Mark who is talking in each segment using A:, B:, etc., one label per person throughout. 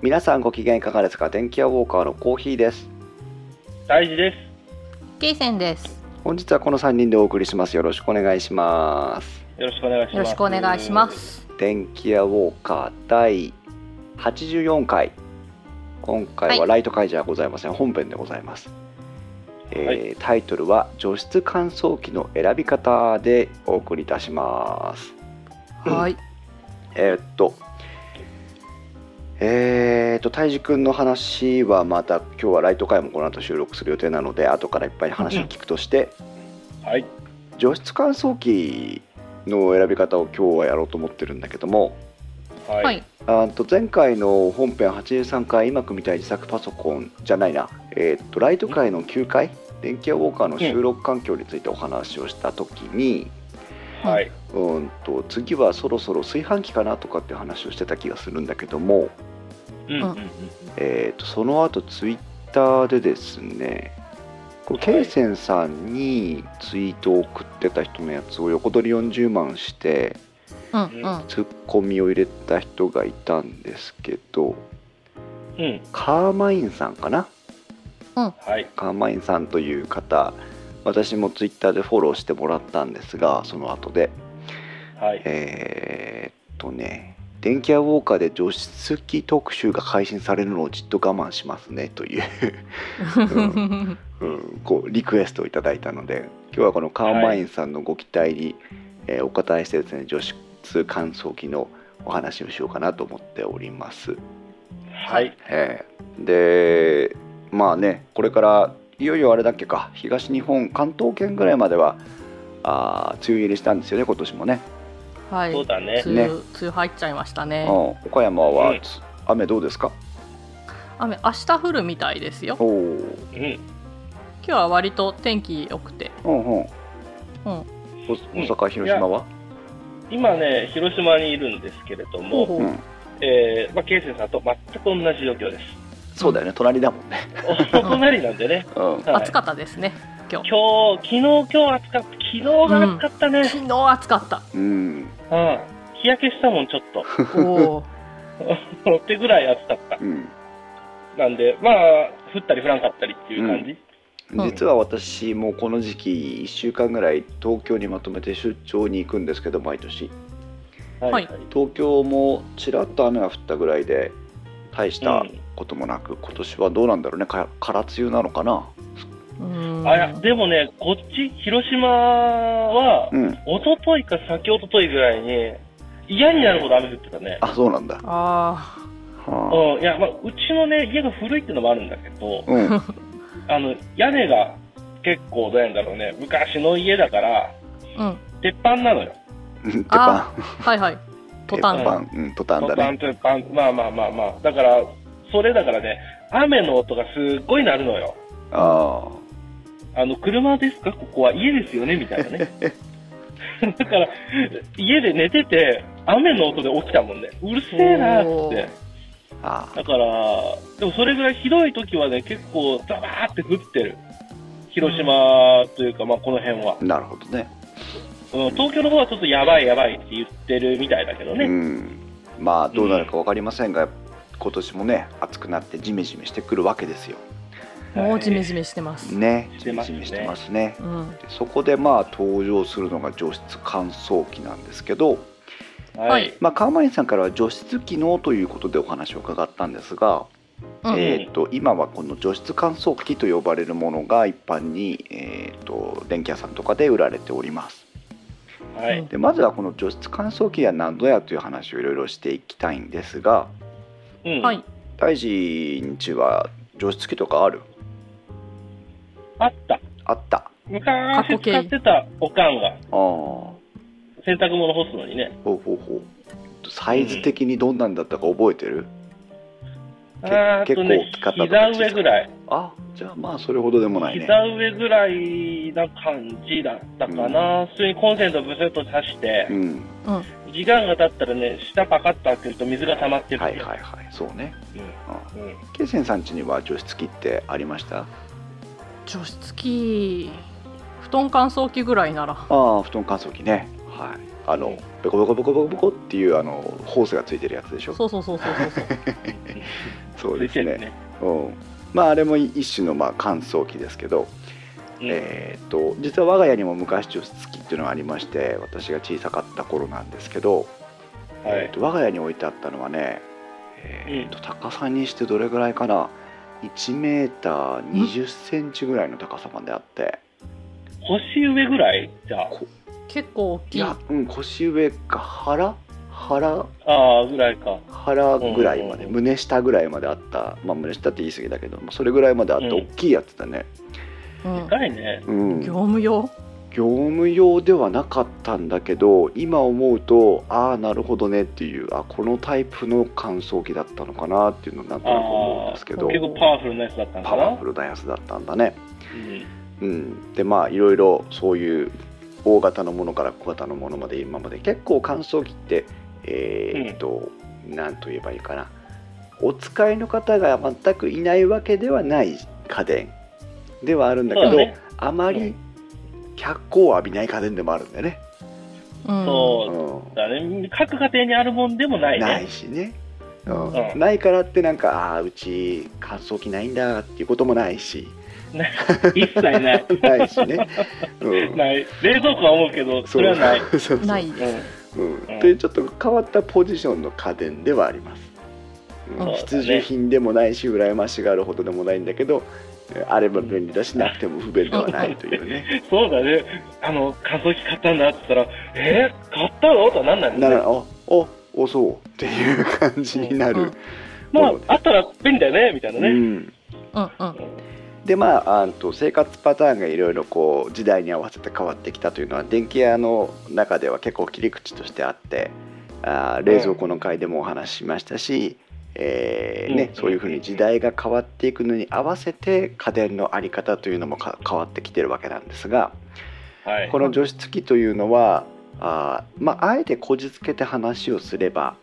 A: 皆さんご機嫌いかがですか電気屋ウォーカーのコーヒーです
B: 大事です。
C: ケイセンです。
A: 本日はこの3人でお送りしますよろしくお願いします
B: よろしくお願いします。
C: よろしくお願いしま。す。
A: 電気屋ウォーカー第84回今回は
C: はい
A: ライト会じゃございません、本編でございます、えータイトルは除湿乾燥機の選び方でお送りいたします
C: はい。
A: えーっとえーっとたいじくんの話はまた今日はライト会もこの後収録する予定なので後からいっぱい話を聞くとして、
B: はい。
A: 除湿乾燥機の選び方を今日はやろうと思ってるんだけども
B: はい。
C: はい。
A: あーと前回の本編83回今組みたい自作パソコンじゃないな、えーっとライト会の9回電気屋ウォーカーの収録環境についてお話をした時に、
B: はい。
A: うんと次はそろそろ炊飯器かなとかって話をしてた気がするんだけども、
B: うんうんうん
A: えー、とその後ツイッターでですねこれケイセンさんにツイートを送ってた人のやつを横取り40万して
C: うんうん。
A: ツッコミを入れた人がいたんですけど
B: うん。うん。
A: カーマインさんかな
B: はい。
A: カーマインさんという方私もツイッターでフォローしてもらったんですがその後で
B: はい。
A: えーっとね電気屋ウォーカーで除湿機特集が配信されるのをじっと我慢しますねという うんうん、こうリクエストをいただいたので今日はこのカーマインさんのご期待に、えーお答えしてですね除湿乾燥機のお話をしようかなと思っております。
B: はい。
A: えーでまあねこれからいよいよあれだっけか東日本関東圏ぐらいまではあー梅雨入りしたんですよね今年もね。
C: は
B: そう
C: い。
B: だね。
C: 梅雨、梅雨入っちゃいました
A: う
C: ね
A: ん。、岡山は、
B: うん
A: つ雨どうですか
C: 雨、明日降るみたいですよ。
A: おー
B: うん。
C: 今日は割と天気良くて。
A: うんうん、
C: うん。
A: お大阪広島は、
B: 今ね、広島にいるんですけれど
C: ほう
B: も、
C: ほ
A: う
C: う。
A: ん、
B: えー、まあ、ケイセンさんと全く同じ状況 です。
A: そうだよね隣だもんね。
B: お隣なんでね。
A: うん
B: はい
C: 暑かったですね。今日。
B: 今日、昨日、今日暑かった。昨日が暑かったね。
C: 昨日暑かった。
A: うん
B: うん。日焼けしたもん、ちょっ
C: おお。
B: と。 ってぐらい暑かった。
A: うん
B: なんで、まあ、降ったり降らんかったりっていう感じ。
C: うん
A: 実は私もうこの時期1週間ぐらい東京にまとめて出張に行くんですけど毎年
C: ん
B: はい。
A: 東京もちらっと雨が降ったぐらいで大した
B: うん
A: こともなく、今年はどうなんだろうねか空梅雨なのかな
C: うーん。
B: あ、いや、でもね、こっち、広島は、
A: うん
B: 一昨日か先一昨日ぐらいに、嫌になるほど雨降ってたね。
A: あそうなんだ
C: あ
A: は
B: うん、いや、まあ、うちのね、家が古いっていうのもあるんだけど
A: あ、うん
C: ー
B: あの、屋根が結構、どうやんだろうね、昔の家だから、
C: うん。
B: 鉄板なのよ。
A: 鉄板
C: はいはい。トタン
A: 鉄
C: が。
A: 板うんトタン
B: 鉄
A: だ
B: 板、
A: ね
B: 鉄板、まあまあまあまあ。だから、それだからね、雨の音がすっごい鳴るのよ。
A: あ
B: あの、車ですかここは家ですよねみた いなね。だから、家で寝てて、雨の音で起きたもんね。うるせえなーっ
C: お
B: て
C: ー。
A: ああ
B: だから、でもそれぐらいひどい時はね、結構ザバーって降ってる。広島というか、まあこの辺は。
A: あなるほどね
B: うん、東京の方はちょっとやばいやばいって言ってるみたいだけど
A: う
B: ね。
A: んまあどうなるか分かりませんが、今年もね暑くなってジメジメしてくるわけですよ
C: もうジメジメしてます。
A: ね
B: し
A: ジ
B: て
A: メ
B: ます
A: ジ
B: ね
A: メしてますね
C: うん。
A: でそこでまあ登場するのが除湿乾燥機なんですけど、
B: はい。
A: まあ、川前さんからは除湿機能ということでお話を伺ったんですが、
C: うん。
A: えー、と今はこの除湿乾燥機と呼ばれるものが一般に、えー、と電気屋さんとかで売られております
B: は
C: う
B: い。
A: でまずはこの除湿乾燥機は何ぞやという話をいろいろしていきたいんですが
B: うん。
C: はい。
A: 大臣んちは除湿機とかある
B: あった。
A: あった
C: 過去
B: 昔
C: 形
B: 使ってたおかんが、
A: ああほ
B: 洗濯物干すのにね。
A: うほうほうサイズ的にどんなんだったか覚えてる、け
B: あーっとね
A: 結構大きかったと
B: 膝上ぐらい。
A: あじゃあまあそれほどでもないね
B: 膝上ぐらいな感じだったかな。普通にコンセントブスッと刺して
A: う、ん
C: うん。
B: 時間が経ったらね、下パカッと開けると水が溜まってるん
A: は
B: です
A: い
B: よ。
A: はいはいそうね
B: うんうん
A: ケイセンさん家には除湿機ってありました
C: 除湿機布団乾燥機ぐらいなら
A: ああ布団乾燥機ねはいあのボコボコボコボコボコっていうあのホースがついてるやつでしょ
C: そうそうそうそうそうそう。
A: そう
B: つい
A: で
B: て
A: す
B: る
A: ね
B: ね。
A: うんまああれも一種のまあ乾燥機ですけど、
B: うん
A: えーっと実は我が家にも昔除湿機っていうのがありまして私が小さかった頃なんですけど、
B: は
A: えーっ
B: い。
A: と我が家に置いてあったのはね、えーっと高さにしてどれぐらいかな1メーター20センチぐらいの高さまであって、
B: 腰上ぐらいじゃあ。
C: 結構大き
A: い
C: い。
A: や、うん、腰上か腹腹
B: ああ、ぐらいか。
A: 腹ぐらいまで、
B: うんうん
A: 胸下ぐらいまであったまあ胸下って言い過ぎだけどまあそれぐらいまであって
B: うん
A: 大きいやつだね、
C: うん
B: で。かいね。
A: うん
C: 業務用。
A: 業務用ではなかったんだけど今思うとああなるほどねっていうあこのタイプの乾燥機だったのかなっていうのをなんとなく思うんですけ
C: あ
A: ど
C: ー
B: 結構パワフルなやつだったの
A: パ
B: か
A: ワ
B: な
A: フ。ルなやつだったんだね、
B: うん
A: うん、でまあいろいろそういう大型のものから小型のものまで今まで結構乾燥機ってえーっと何、なん、と言えばいいかなお使いの方が全くいないわけではない家電ではあるんだけ
B: そう
A: ど、
B: だね。
A: あま
B: う
A: り
B: ん
A: 脚光を浴びない家電でもあるんだよね。
C: うん。
B: そう
A: う
B: だね。各家庭にあるもんでもない
A: ん、
B: ね。
A: ないしね、うん
B: うん
A: ないからってなんかああーうち乾燥機ないんだっていうこともないし
B: 一 切ない。
A: ないしね、うん、
B: ない。冷蔵庫は思うけど、それはな い。
A: そうそうそう
C: ないです。
B: う
A: うん
B: うん
A: というちょっと変わったポジションの家電ではあります、うん
B: うん
A: 必需品でもないし羨ましがるほどでもないんだけどえあれば便利だしなくても不便ではないというね
B: ん。そうだね。あの、乾燥機買ったんだって言ったら、えー、買ったのとはなんないもん
A: な
B: ね。
A: らおおおそうっていう感じになる、
B: まあ
A: そう、
B: あったら便利だよね、みたいな
A: う
B: ね。
A: ん、
C: うんうん。
A: でまああと生活パターンがいろいろこう時代に合わせて変わってきたというのは電気屋の中では結構切り口としてあってあー冷蔵庫の回でもお話ししましたし、えーね
B: うん
A: そういうふうに時代が変わっていくのに合わせて家電の在り方というのもか変わってきてるわけなんですが
B: はい。
A: この除湿機というのはあー、まあ、あえてこじつけて話をすれば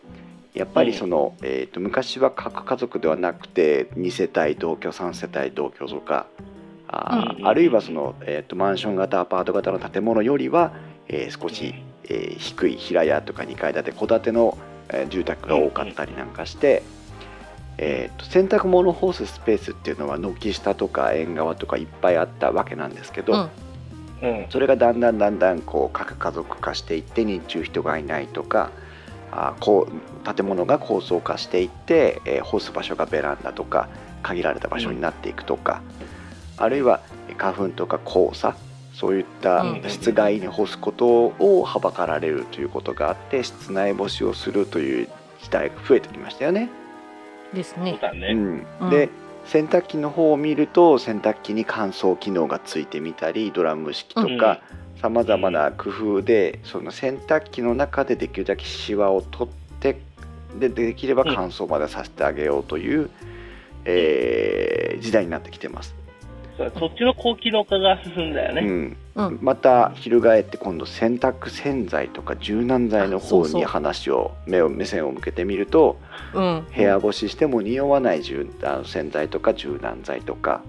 A: やっぱりその、えー、と昔は核家族ではなくて2世帯同居3世帯同居とかあ,、
B: うん
A: あるいはその、えー、とマンション型アパート型の建物よりは、えー少し、えー低い平屋とか2階建て戸建ての、えー住宅が多かったりなんかして。えー、と洗濯物を干すスペースっていうのは軒下とか縁側とかいっぱいあったわけなんですけど、
C: うん
B: うん。
A: それがだんだんだんだんこう核家族化していって日中人がいないとかあーこう建物が高層化していって、えー干す場所がベランダとか限られた場所になっていくとか、あるいはえー花粉とか黄砂そういった
C: うん
A: 室外に干すことをはばかられるということがあって室内干しをするという時代が増えてきましたよね。
C: です
B: そう
C: ね。
B: だ
A: う
B: ね。
A: ん
C: うん
A: で洗濯機の方を見ると洗濯機に乾燥機能がついてみたりドラム式とかさまざまな工夫でその洗濯機の中でできるだけシワを取ってでできれば乾燥までさせてあげようという、えー時代になってきてます。
B: そうそっちの高機能化が進んだよ
A: う
B: ね。
A: ん
C: うん。
A: また翻って今度洗濯洗剤とか柔軟剤の
C: あそ
A: 方
C: うそう
A: に話を目を目線を向けてみると
C: うん。
A: 部屋干ししても匂わない柔あの洗剤とか柔軟剤とか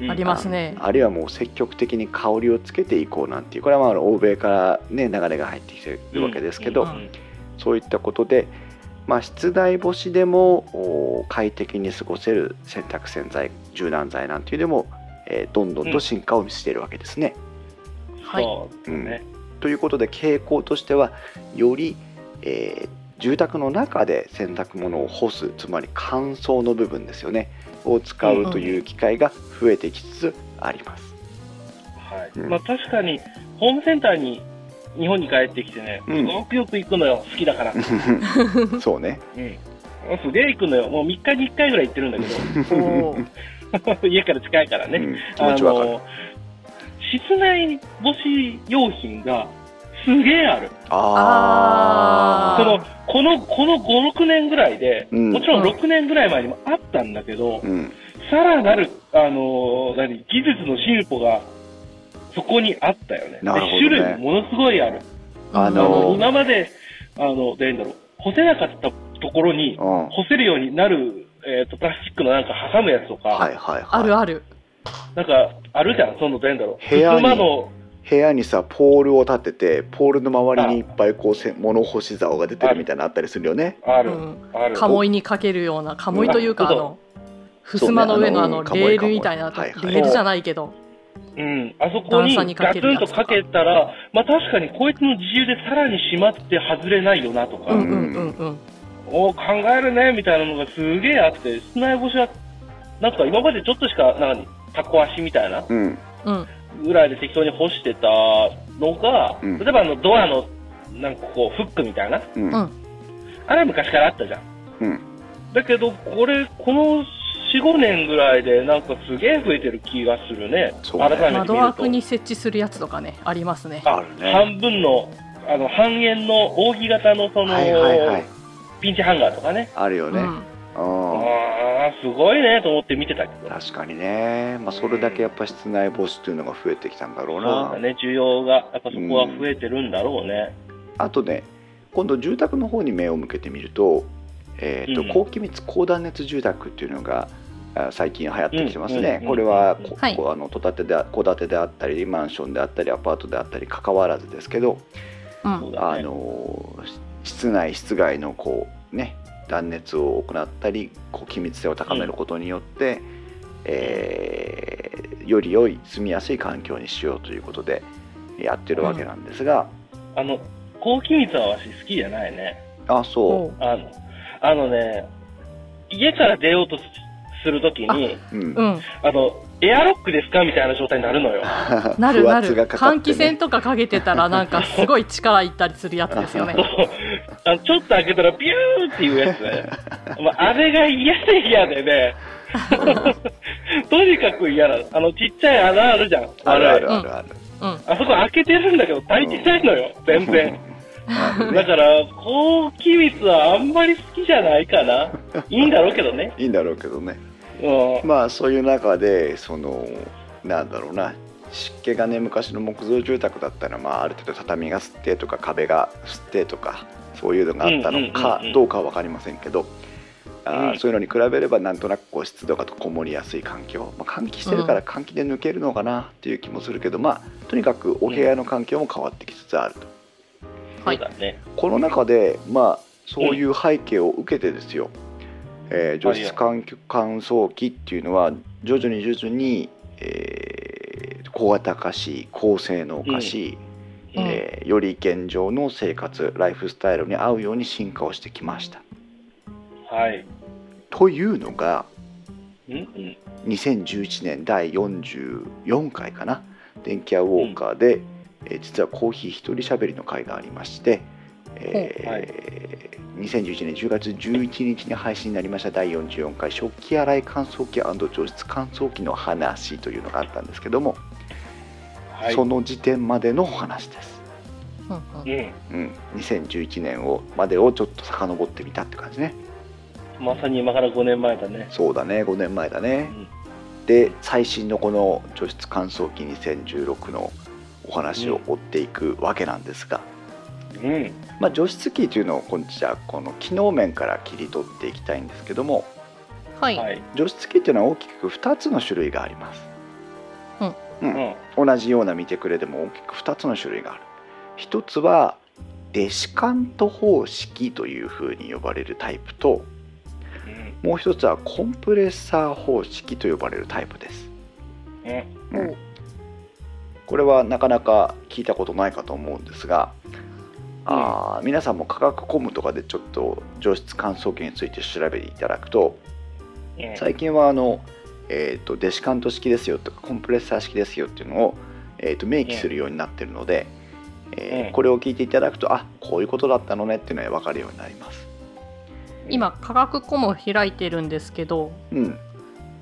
B: うん
C: ありますね。
A: あるいはもう積極的に香りをつけていこうなんていうこれはまああの欧米から、ね、流れが入ってきてるわけですけど、
B: うんうん
A: そういったことで、まあ、室内干しでもお快適に過ごせる洗濯洗剤柔軟剤なんていうのも、えーどんどんと進化を見せているわけですね。
C: はい
B: そうですね。
A: ということで傾向としてはより、えー住宅の中で洗濯物を干すつまり乾燥の部分ですよねを使うという機会が増えてきつつあります。
B: はい
A: うん
B: まあ、確かに、ホームセンターに日本に帰ってきてね、
A: うん
B: すごくよく行くのよ、好きだから。うん、
A: そうね
B: すげえ行くのよ、もう3日に1回ぐらい行ってるんだ
C: お ー
B: けど、家から近いから
A: う
B: ね。
A: ん気持ちわかる。
B: の室内干し用品がすげえある。
C: あ
B: そ
C: ー
B: のこの、この5、6年ぐらいで、
A: うん
B: もちろん6年ぐらい前にもあったんだけど、
A: うん、
B: さらなる、あのー何、技術の進歩がそこにあったよね。
A: なるほどね
B: で種類もものすごいある。
A: あ
B: あの
A: の
B: 今まで、あの、で、なんだろう、干せなかったところに、
A: うん、はい
B: 干せるようになる、えっ、と、プラスチックのなんか挟むやつとか、
A: はいはい。
C: あるある。
B: なんか、あるじゃん、その、なんだろう、
A: 部屋に
B: 襖の、
A: 部屋にさポールを立ててポールの周りにいっぱいこうせ物干し竿が出てるみたいなのあったりするよね。
B: あ
C: う
B: る、
C: ん、
B: ある。
C: カモイにかけるようなカモイという
B: う
C: か、
B: ん
C: あの襖の上のあ
A: う
C: の
A: んそうねあの
C: レールみたいな
A: カモイカモイはいはい
C: レールじゃないけど、
B: うん、あそこに
C: 段差にか
B: ガ
C: け
B: ツ
C: る
B: ン
C: やつ
B: とかけたら、まあ確かにこいつの自由でさらに締まって外れないよなとか、
C: うんうんうんうん
B: お考えるねみたいなのがすげえあって、室内干しは、なんか今までちょっとしか、なんかタコ足みたいな
A: うん
C: うん
B: ぐらいで適当に干してたのが、
A: うん
B: 例えばあのドアの、なんかこう、フックみたいな、
A: うん
C: うん
B: あれは昔からあったじゃん。
A: うん
B: だけど、これ、この4、5年ぐらいで、なんかすげえ増えてる気がするね。
A: そうね
B: 改めて見ると。
C: 窓枠に設置するやつとかねありますね
A: あるね
B: 半分の、あの、半円の扇形のその、
A: はいはいはい
B: ピンチハンガーとかね。
A: あるよね。うん
B: ああ、すごいねと思って見てたけど。
A: 確かにね、まあ、それだけやっぱ室内防止というのが増えてきたんだろ
B: そうう
A: な
B: だね、需要が、やっぱそこは増えてるんだろうね。
A: あとね今度住宅の方に目を向けてみると,、えーと
B: うん
A: 高気密高断熱住宅っていうのがあ最近流行ってきてますね、
B: うんうん
A: これは
B: うん
A: こ
C: はい
A: こあの戸建てで戸建てであったりマンションであったりアパートであったり関わらずですけど、
C: うんう
B: そうんだ
A: あ
B: ね。
A: のーし室内室外のこうね断熱を行ったりこう気密性を高めることによって、えーより良い住みやすい環境にしようということでやってるわけなんですが、
B: あの、高気密はわし好きじゃないね。
A: あそ
C: おう
B: あの、あのね、家から出ようとすするときに、
A: う、うん
C: うん
B: あの、エアロックですかみたいな状態になるのよ。
C: なるなる、
A: 風圧がかかってね
C: 換気扇とかかけてたらなんかすごい力いったりするやつですよね
B: あのちょっと開けたらビューっていうやつね。まあ、あれが嫌で嫌でね。とにかく嫌なの。あの、ちっちゃい穴あるじゃん。
A: あるあ
B: れ
A: るあるある。
C: うん
B: あそこ開けてるんだけど、炊いてないのよ。全然。
A: あるね
B: だから、高気密はあんまり好きじゃないかな。いいんだろうけどね。
A: いいんだろうけどね。
B: うん。
A: まあそういう中でそのなんだろうな湿気がね昔の木造住宅だったらまあある程度畳が吸ってとか壁が吸ってとかそういうのがあったの
B: うんうん
A: か
B: うんうん
A: どうかは分かりませんけど。あー
B: うん
A: そういうのに比べればなんとなくこう湿度がこもりやすい環境、まあ、換気してるから換気で抜けるのかなっていう気もするけど、まあ、とにかくお部屋の環境も変わってきつつあると
C: は
B: そう
C: い
B: だね。
A: この中で、まあ、そういう背景を受けてですよ、えー除湿環境乾燥機っていうのは徐々に徐々に、えー小型化し高性能化し、
B: うん
A: えーより現状の生活ライフスタイルに合うように進化をしてきました。
B: はい。
A: というのが
B: うんうん。
A: 2011年第44回かな「電気屋ウォーカーで」えー実はコーヒー一人喋りの回がありまして、えー
B: はい
A: 2011年10月11日に配信になりました第44回「食器洗い乾燥機除湿乾燥機の話」というのがあったんですけども、
B: はい。
A: その時点までのお話です。
C: うん
B: う
C: うん
B: ん。
A: うん、2011年をまでをちょっと遡ってみたって感じね
B: まさに今から5年前だね。
A: そうだね5年前だね、で最新のこの除湿乾燥機2016のお話を追っていくわけなんですが、
B: うん。
A: まあ、除湿機というのを今じゃあこの機能面から切り取っていきたいんですけども
C: はい、
B: はい。
A: 除湿機というのは大きく2つの種類があります
B: うん。
A: 同じような見てくれても大きく2つの種類がある1つはデシカント方式というふうに呼ばれるタイプと
B: うん
A: もう1つはコンプレッサー方式と呼ばれるタイプです
B: うん。
A: うんこれはなかなか聞いたことないかと思うんですが、あー皆さんも科学コムとかでちょっと除湿乾燥機について調べていただくと
B: うん
A: 最近はあの、えー、とデシカント式ですよとかコンプレッサー式ですよっていうのを、えー、と明記するようになってるので、えー
B: うん
A: これを聞いていただくとあこういうことだったのねっていうのが分かるようになります。
C: 今科学コムを開いてるんですけど
A: うん、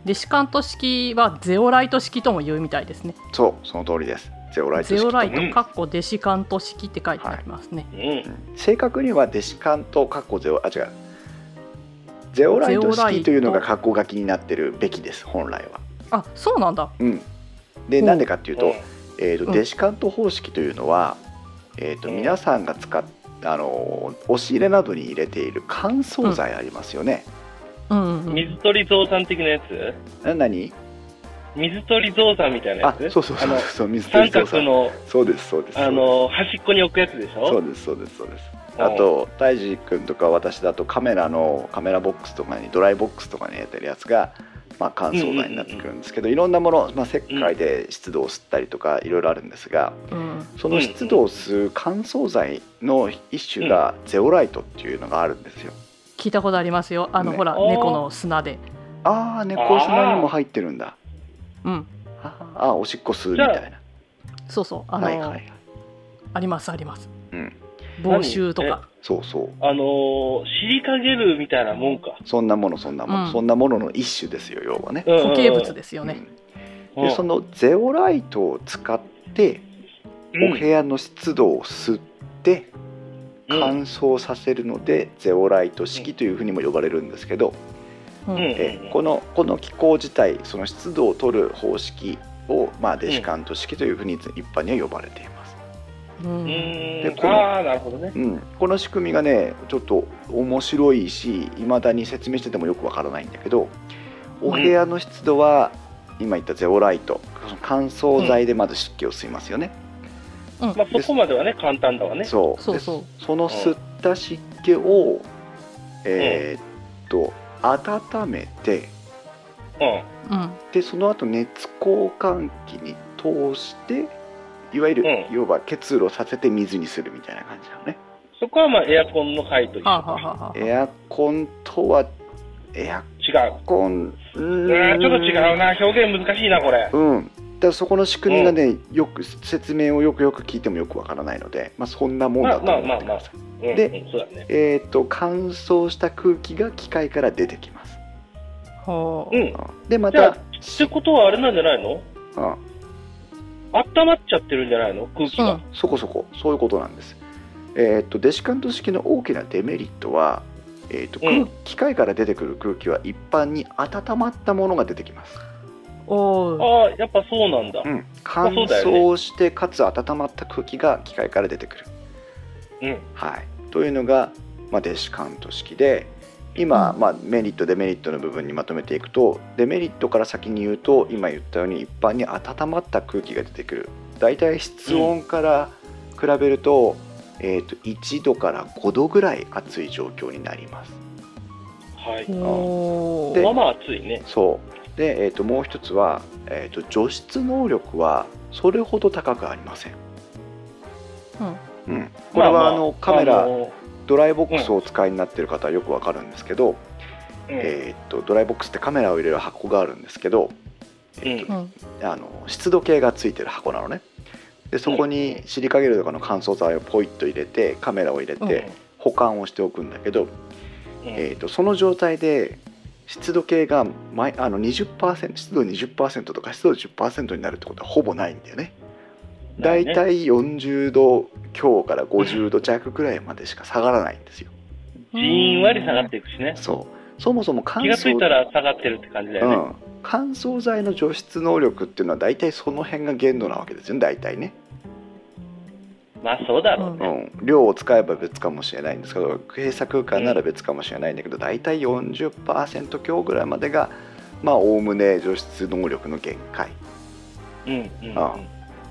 C: デシカント式はゼオライト式とも言うみたいですね
A: そうその通りですゼオライト式
C: ゼオライ
B: うん
C: トかっこデシカント式って書いてありますね、
B: うん。
A: 正確にはデシカント、カッコゼオ、あ、違う。ゼオライト式というのがカッコ書きになってるべきです、本来は。
C: あそうなんだ
A: うん。で、
C: うん
A: なんでかっていうと、えっ、と、
C: うん
A: デシカント方式というのは。えっ、と、
B: うん
A: 皆さんが使っ、あのー、押し入れなどに入れている乾燥剤ありますよね。
C: うん、うんうん、
B: 水鳥増産的なやつ
A: な何。
B: 水鳥象山みたいなや
A: あ
B: つ
A: そうそう
B: あ
A: そう
B: の
A: そう水
B: 三
A: 鳥象
B: 角
A: さん
B: の、
A: そうですそうです
B: あの、端っこに置くやつでしょ
A: そうですそうですそうです
B: うん
A: あと泰治君とか私だとカメラのカメラボックスとかにドライボックスとかに入れてるやつが、まあ、乾燥剤になってくるんですけど、いろんなもの、まあ、石灰で湿度を吸ったりとかいろいろあるんですが
C: うん
A: その湿度を吸う乾燥剤の一種がゼオライトっていうのがあるんですよ。
C: 聞いたことありますよ。あの、
A: ね
C: ほら、
B: あー
C: 猫の砂で。
A: ああ猫砂にも入ってるんだ
C: うん。
A: あーあーおしっこ吸うみたいな
C: そうそう。あの、
A: はいはいはい
C: あります、あります。
A: うん
C: 防臭とか。
A: そうそう
B: あのー、尻かげるみたいなもんか。
A: そんなものそんなもの、
C: うん
A: そんなものの一種ですよ要はね。
B: うんうんうん
C: 固形物ですよね。
A: うんでそのゼオライトを使って
B: う
A: お
B: ん
A: 部屋の湿度を吸って
B: うん
A: 乾燥させるので、ゼオライト式というふうにも呼ばれるんですけど、
C: うん。
B: うん
A: えーこのこの気候自体その湿度を取る方式を、まあ、デシカント式というふうに一般には呼ばれています、
C: うん
B: うー
A: で
B: ん
A: この
B: ああ、なるほどね。
A: うん、この仕組みがねちょっと面白いしいまだに説明しててもよくわからないんだけどお部屋の湿度は、今言ったゼオライトその乾燥剤でまず湿気を吸いますよね、
B: まあ、そこまではね、簡単だわね。
A: そう
C: そう
A: で
C: そう
A: その吸った湿気を、えーっと温めて
B: う
C: うん。
A: でその後熱交換器に通していわゆる、
B: う
A: 要は結露させて水にするみたいな感じなのね
B: ん。そこはまあ、エアコンの回という
C: はあ、
B: か、
C: はあはあはあ、
A: エアコンとはエア
B: 違う。
A: コンうー
B: うー
A: ん
B: ん、ちょっと違うな。表現難しいな、これ。
A: うんだからそこの仕組みがね、よく説明をよくよく聞いてもよくわからないので、まあ、そんなもんだと思ってください、
B: まあまあまあまうん、
A: で
B: うんそうだね。
A: えーっと乾燥した空気が機械から出てきます
C: ほう
B: うん。っ
A: でま
B: じ
A: た
B: ゃあてことはあれなんじゃないの
A: うん
B: 温まっちゃってるんじゃないの空気が。
A: そこそこそういうことなんです。えーっとデシカント式の大きなデメリットは、えーっと空
B: うん
A: 機械から出てくる空気は一般に温まったものが出てきます。
C: おう
B: ああ、やっぱそうなんだ。
A: うん、乾
B: そうだよね
A: 燥して、かつ温まった空気が機械から出てくる。
B: うん。
A: はい、というのが、まあ、デシカント式で今、
C: うん
A: まあ、メリットデメリットの部分にまとめていくとデメリットから先に言うと今言ったように一般に温まった空気が出てくる大体室温から比べると,、えー、と1度から5度ぐらい暑い状況になります。
B: はい。
C: おう
A: で
B: まあまあ暑いね。
A: そうで、えー、ともう一つは、えー、と除湿能力はそれほど高くありません。うん、これは、あのカメラ、
B: あの
A: ドライボックスをお使いになっている方はよくわかるんですけど、
B: うん
A: えーっとドライボックスってカメラを入れる箱があるんですけど、えーっ
B: う
A: と
C: うん
A: あの湿度計がついてる箱なのねでそこにシリカゲルとかの乾燥剤をポイッと入れてカメラを入れて保管をしておくんだけど、
B: うんうん
A: えーっとその状態で湿度計がマイあの20%湿度20%とか湿度10%になるってことはほぼないんだよね。だいたい40度強から50度弱くらいまでしか下がらないんですよ。
B: じーんわり下がっていくしね。
A: そうそもそも乾
B: 気が
A: 燥
B: ついたら下がってるって感じだよ
A: う
B: ね。
A: ん、乾燥剤の除湿能力っていうのは大体その辺が限度なわけですよね大体ね、
B: まあそうだろう
A: う
B: ね。
A: ん、量を使えば別かもしれないんですけど閉鎖空間なら別かもしれないんだけど大体40%強ぐらいまでがまあおおむね除湿能力の限界
B: うんうんうん
A: あ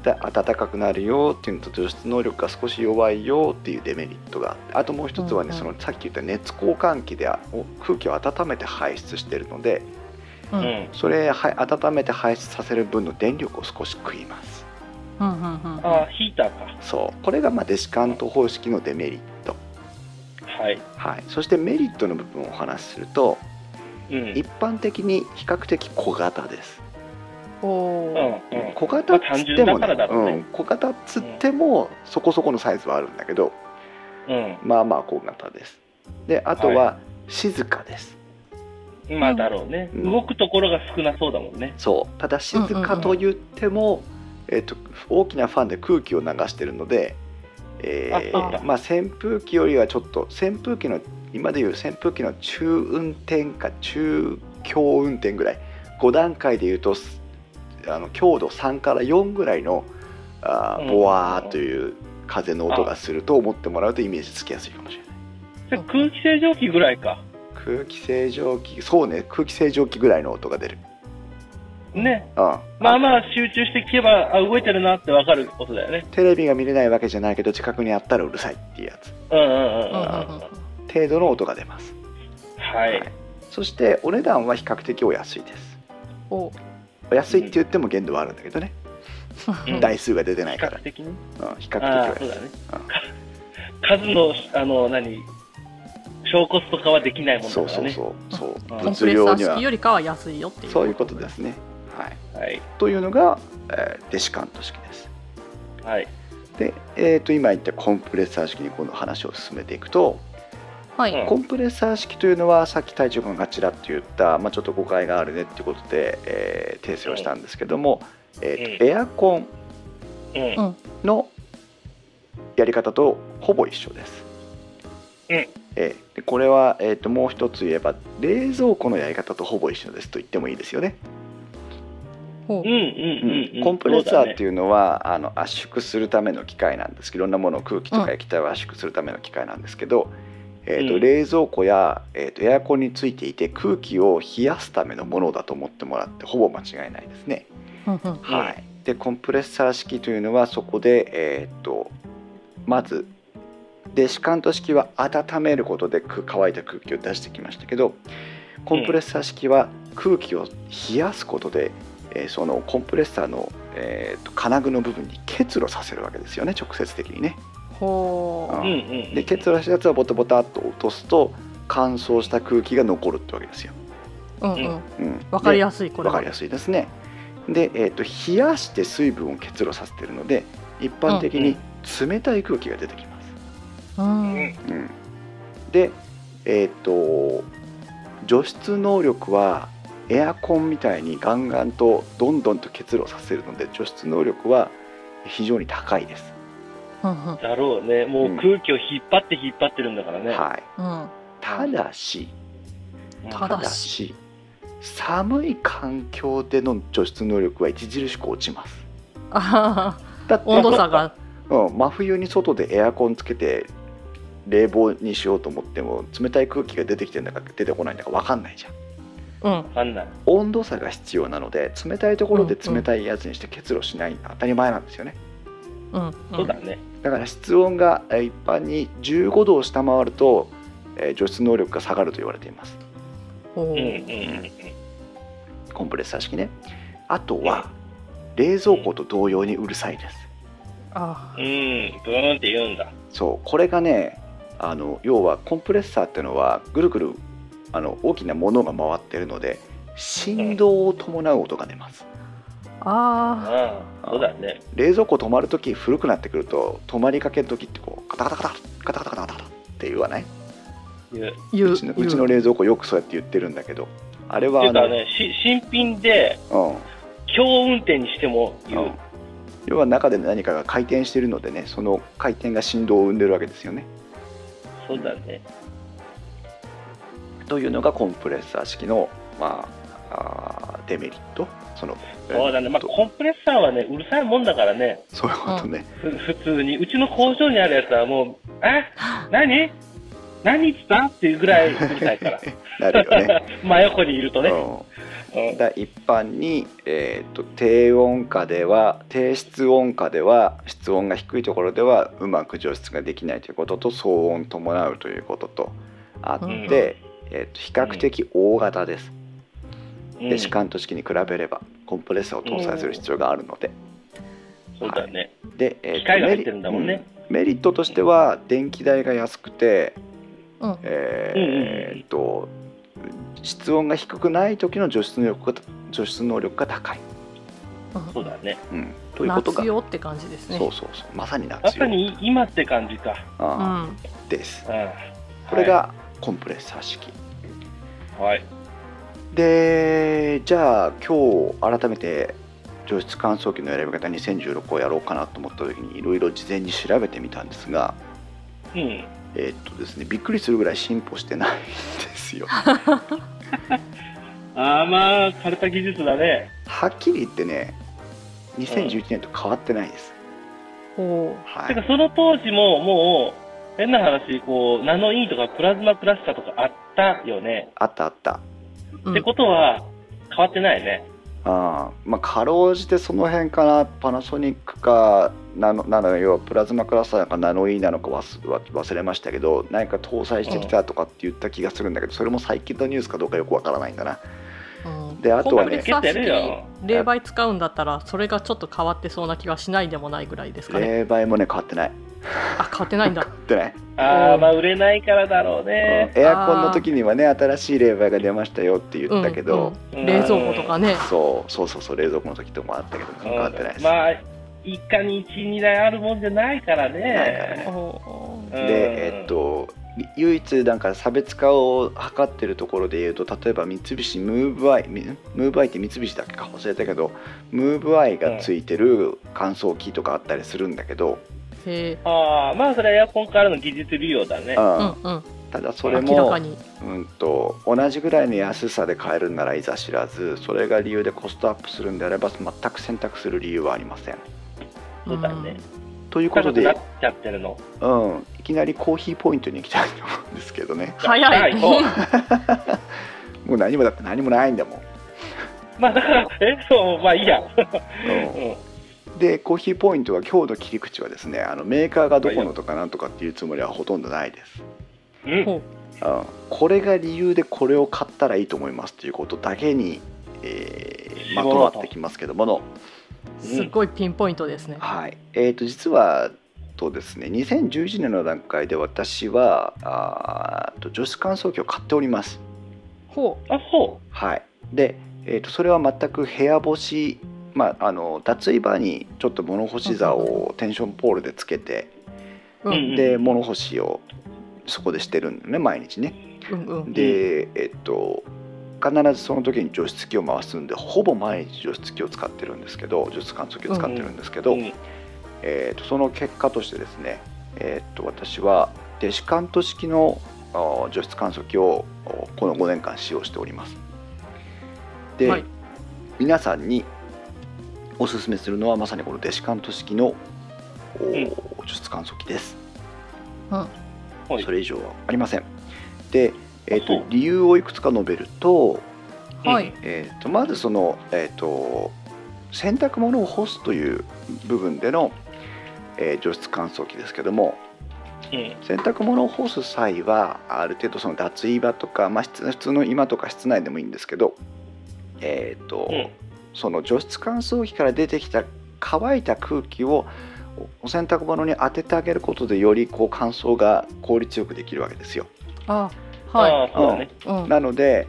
A: で暖かくなるよっていうのと除湿能力が少し弱いよっていうデメリットがあってあともう一つはね、
C: うんうん
A: そのさっき言った熱交換器であお空気を温めて排出してるので
C: う
B: うんん。
A: それは温めて排出させる分の電力を少し食います
C: うんうんうんうん
B: ああ、ヒーターか。
A: そうこれがまあデシカント方式のデメリット、
B: はい。
A: はい、そしてメリットの部分をお話しすると
B: うん。
A: 一般的に比較的小型です
C: おう
B: うんうん
A: 小型っつっても、
B: まあ単純だからだろうね
A: うん、小型っつってもそこそこのサイズはあるんだけど
B: う
A: まあまあ小型ですであとは静かです、
B: ん。まあだろうね。
A: うん
B: 動くところが少なそうだもんね。
A: そうただ静かと言っても、えっと大きなファンで空気を流してるので、えー
B: あそうか
A: まあ、扇風機よりはちょっと扇風機の今でいう扇風機の中運転か中強運転ぐらい5段階でいうとすあの強度3から4ぐらいのあー
B: うん
A: ボワーという風の音がすると思ってもらうとイメージつきやすいかもしれない。
B: じゃあ空気清浄機ぐらいか。
A: 空気清浄機そうね空気清浄機ぐらいの音が出る
B: ね。
A: あ
B: まあまあ集中して聞けば、あ、動いてるなってわかることだよね。
A: テレビが見れないわけじゃないけど近くにあったらうるさいっていうやつ
B: うんうんうんうんうん。
C: うんうん
B: は
A: 程度の音が出ます
B: い。
A: そしてお値段は比較的お安いです
C: うんお
A: お安いって言っても限度はあるんだけどね、
B: うん
A: 台数が出てな
B: 比
A: いから
B: 較、的に。
A: うん比較的
B: ああ、
A: お
B: そ
A: 安
B: う
A: い
B: だね。数の、あの、何、証拠とかはできないものだ
A: そう
B: から
A: そう
B: ね。
A: そうそう
B: うん
C: コン
A: 物
C: プレッサ
A: 量
C: ー
A: には
C: 式よりかは安いよっていう
A: そういうことですね、はい、
B: はい。
A: というのが、えーデシカント式です
B: はい。
A: で、えー、と今言ったコンプレッサー式に今度話を進めていくと、
C: はい、
B: うん
A: コンプレッサー式というのはさっき隊長君がちらっと言った、まあ、ちょっと誤解があるねっていうことで、えー訂正をしたんですけども、えーとエアコン
B: うん。うん。
A: のやり方とほぼ一緒です。
B: うん
A: えーでこれは、えー、ともう一つ言えば冷蔵庫のやり方とほぼ一緒ですと言ってもいいですよね。
C: ほ
B: う
C: うん
B: うんうん。
A: コンプレッサーって
B: い
A: いうのはあの圧縮するための機械なんですいろんなものを空気とか液体を圧縮するための機械なんですけど、えーと
B: うん
A: 冷蔵庫や、えーとエアコンについていて空気を冷やすためのものだと思ってもらってほぼ間違いないですね。
C: うんうん
B: うん
A: はい、でコンプレッサー式というのはそこで、えー、とまずデシカント式は温めることで空乾いた空気を出してきましたけどコンプレッサー式は空気を冷やすことで、えーそのコンプレッサーの、えーと金具の部分に結露させるわけですよね直接的にね。
C: ほ
A: う
C: う
B: うんうんうん。
A: で結露したやつはボタボタっと落とすと乾燥した空気が残るってわけですよ。
C: うんうん
A: うん、
C: わかり
A: で
C: やすいこれ
A: わ
C: は
A: かりやすいですね。で、えー、と冷やして水分を結露させてるので一般的に冷たい空気が出てきます。
C: うん
B: う
A: う
B: ん
A: んで、えー、と除湿能力はエアコンみたいにガンガンとどんどんと結露させるので除湿能力は非常に高いです。
C: うんうん
B: だろうね。もう空気を引っ張って引っ張ってるんだからね。
A: はい、
C: うん
A: ただしたた
C: だ
A: だし寒い環境での除湿能力は著しく落ちます。
C: あはは
A: だって
C: 温度差が
A: うん、真冬に外でエアコンつけて冷房にしようと思っても冷たい空気が出てきてるんだか出てこないんだか分かんないじゃん
C: うん
B: わかんない。
A: 温度差が必要なので冷たいところで冷たいやつにして結露しない当たり前なんですよね
C: うんん
B: そうだね。
A: だから室温がえー一般に15度を下回ると、えー除湿能力が下がると言われています
C: ほ
B: うんうん
C: う
A: コンプレッサー式ねあとは冷蔵庫と同様にうるさいです
C: あ
B: うん。うん。ブーンって言うんだ。
A: そうこれがねあの要はコンプレッサーっていうのはぐるぐるあの大きなものが回ってるので振動を伴う音が出ます
C: あ
B: ああ、そうだね。
A: 冷蔵庫止まるとき古くなってくると止まりかけるときってこうカタカタカタカタカタカタカタって言わない
B: 言う。
C: 言
A: う
C: う
A: ちのうちの冷蔵庫よくそうやって言ってるんだけどあれ
B: て
A: は
B: いうかね、し新品で、
A: あの
B: 強運転にしても
A: うん
B: 言
A: うん
B: う。
A: 要は中で何かが回転してるのでねその回転が振動を生んでるわけですよね
B: そうだね。
A: というのがコンプレッサー式のまああーデメリットその
B: そうだね。まあ、コンプレッサーはね、うるさいもんだからね。
A: そういうことね、
B: ふ普通に。うちの工場にあるやつはもう、え何何言ってたっていうぐらいうるさ いから。
A: なるよね。
B: 真横にいるとね。う
A: うん
B: ん。
A: だ一般に、えー、と低温下では低室温下では室温が低いところではうまく除湿ができないということと騒音伴うということとあって、
C: う
A: え
C: ん
A: ー、と比較的大型です、
B: うん
A: でシカント式に比べればコンプレッサーを搭載する必要があるので、
B: そうだね。
A: で、えーと
B: 機械が入ってるんだも
A: メ
B: ん
A: リ
B: ね。
A: うんメリットとしては電気代が安くて、
C: うんうん
A: え
B: うんうんうん
A: ーえーと室温が低くない時の除湿能力が除湿能力が高い、
B: そうだね。
A: うん、ということが
C: 夏用って感じですね
A: そうそうそうまさに夏
B: ま
A: よ
B: さに今って感じか。
C: う
A: あ
C: ん
A: あです、
B: うん。
A: これがコンプレッサー式
B: はい。はい。
A: でじゃあ今日改めて除湿乾燥機の選び方2016をやろうかなと思った時にいろいろ事前に調べてみたんですが
B: うん。
A: えーっとですねびっくりするぐらい進歩してないんです よ
B: ああ、まあ、枯れた技術だね。
A: はっきり言ってね2011年と変わってないです、
C: ほう
A: は
B: てか
A: い、
B: その当時ももう変な話こうナノイーとかプラズマクラスターとかあったよね、
A: あったあった
C: うん
B: ってことは変わってないね
A: あーまあかろうじてその辺かなパナソニックかナノナノ要はプラズマクラスターなのかナノイーなのか忘わ忘れましたけど何か搭載してきたとかって言った気がするんだけどそれも最近のニュースかどうかよくわからないんだな
C: うん
A: であとはね
C: コンプレッサ
B: つけてるよ
C: ー式冷媒使うんだったらそれがちょっと変わってそうな気はしないでもないぐらいですかね
A: 冷媒もね変わってない
C: あ変わってないんだ
A: 変わってない
B: ああ、まあ売れないからだろうね。
A: うんエアコンの時にはね新しい冷媒が出ましたよって言ったけど、
C: うんうん冷蔵庫とかね
A: そうそうそうそう冷蔵庫の時ともあったけど
B: うん
A: 変わってないです、
B: まあ、一家に一、二台あるもんじゃないから
A: ないから
B: ね。
A: ね
C: おー
B: うん
A: でえっ、と唯一なんか差別化を図ってるところで言うと例えば三菱ムーブアイみムーブアイって三菱だっけか忘れたけどムーブアイがついてる乾燥機とかあったりするんだけど、
C: へ
B: ああ、まあそれはエアコンからの技術利用だね。
A: うん
C: ーうんうん
A: ただそれ
C: 明ら
A: も
C: かに
A: うんと同じぐらいの安さで買えるならいざ知らずそれが理由でコストアップするんであれば全く選択する理由はありません。
B: そうだね。
A: というこ
B: 高
A: と
B: くなっ
A: で、
B: ちゃってるの。
A: うん、いきなりコーヒーポイントに行きたいと思うんですけどね
C: 早い
B: 行こう
A: もう何もだって何もないんだもん。
B: まあだから、え、そう、まあいいや。
A: うん
B: うん
A: でコーヒーポイントは今日の切り口はですねあのメーカーがどこのとかなんとかっていうつもりはほとんどないです、
B: うん
C: ほ
A: うん、これが理由でこれを買ったらいいと思いますということだけに、えーまとまってきますけどもの、
C: うすごいピンポイントですね
A: はいえー、と実はとですね2011年の段階で私はあーと女子乾燥機を買っております
C: ほう
B: あ、そ
A: はい、で、えー、とそれは全く部屋干し、まあ、あの脱衣場にちょっと物干し座をテンションポールでつけて、
C: う
B: うん
C: ん
A: で物干しをそこでしてるんだよね毎日ね。
C: うんうん
A: で、えっと必ずその時に除湿機を回すんでほぼ毎日除湿機を使ってるんですけど除湿乾燥機を使ってるんですけ
B: う。
A: ど、
B: うん
A: えー、とその結果としてですね、えー、と私はデシカント式のあー除湿乾燥機をおこの5年間使用しておりますで、
C: はい
A: 皆さんにおすすめするのはまさにこのデシカント式のお
B: ん
A: 除湿乾燥機です、
C: うん
B: はい
A: それ以上はありませんで、えー、と
B: あそう
A: 理由をいくつか述べると,、
C: はい
A: えー、とまずその、えー、と洗濯物を干すという部分での、えー除湿乾燥機ですけども
B: うん。
A: 洗濯物を干す際はある程度その脱衣場とか、まあ、室普通の今とか室内でもいいんですけど、えーと
B: うん
A: その除湿乾燥機から出てきた乾いた空気をおお洗濯物に当ててあげることでよりこう乾燥が効率よくできるわけですよ。
C: あ
B: あ
C: は
B: あ、そうだね。
C: いうん
A: なので、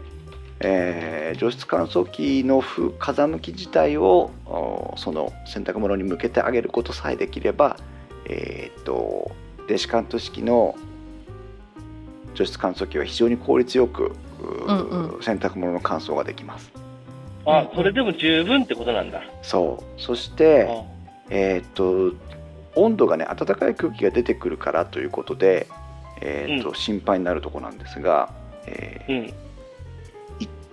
A: えー除湿乾燥機の風風向き自体をおその洗濯物に向けてあげることさえできれば、えーっと電子カント式の除湿乾燥機は非常に効率よく、うー
C: うん
A: 洗濯物の乾燥ができます。
B: あ、それでも十分ってことなんだ。
A: そうそし
B: あ
A: て、えーっと温度がね暖かい空気が出てくるからということで、えーっと心配になるところなんですが、えー
B: うん。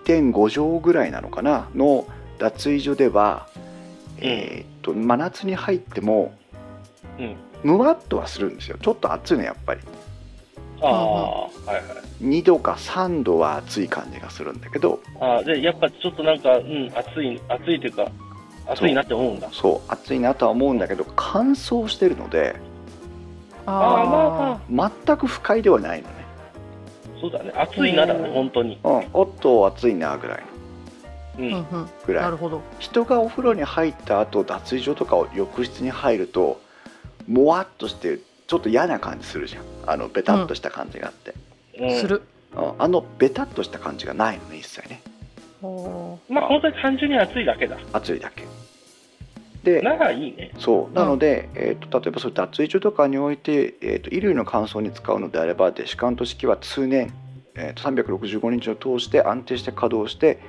A: 1.5畳ぐらいなのかなの脱衣所では、えーっと真夏に入っても
B: うん。
A: むわっとはするんですよちょっと暑いのやっぱり
B: ああ、はいはい。
A: 2度か3度は暑い感じがするんだけど
B: ああ、で、やっぱちょっとなんか、うん、暑い、暑いというか、暑いなって思うんだ。
A: そう暑いなとは思うんだけど乾燥してるので
B: ああ、まあ
C: あ
B: ま
A: 全く不快ではないのね
B: あ、そうだね。暑いなだね、本当に。
A: うんおっと暑いなぐらいの
B: う
C: ー
B: ん。
C: うんうん
A: ぐら
C: ないるほど
A: 人がお風呂に入った後脱衣所とかを浴室に入るともわっとしてちょっと嫌な感じするじゃんあのベタッとした感じがあって、
B: うん
C: する
A: うんあのベタっとした感じがないのね一切ね
C: ほ
B: まあ、本当に単純に暑いだけだ。
A: 暑いだけで
B: ならいいね。
A: そうなので、えー、と例えばそういう脱衣所とかにおいて、えー、と衣類の乾燥に使うのであればデシカント式は通年、えー、と365日を通して安定して稼働して、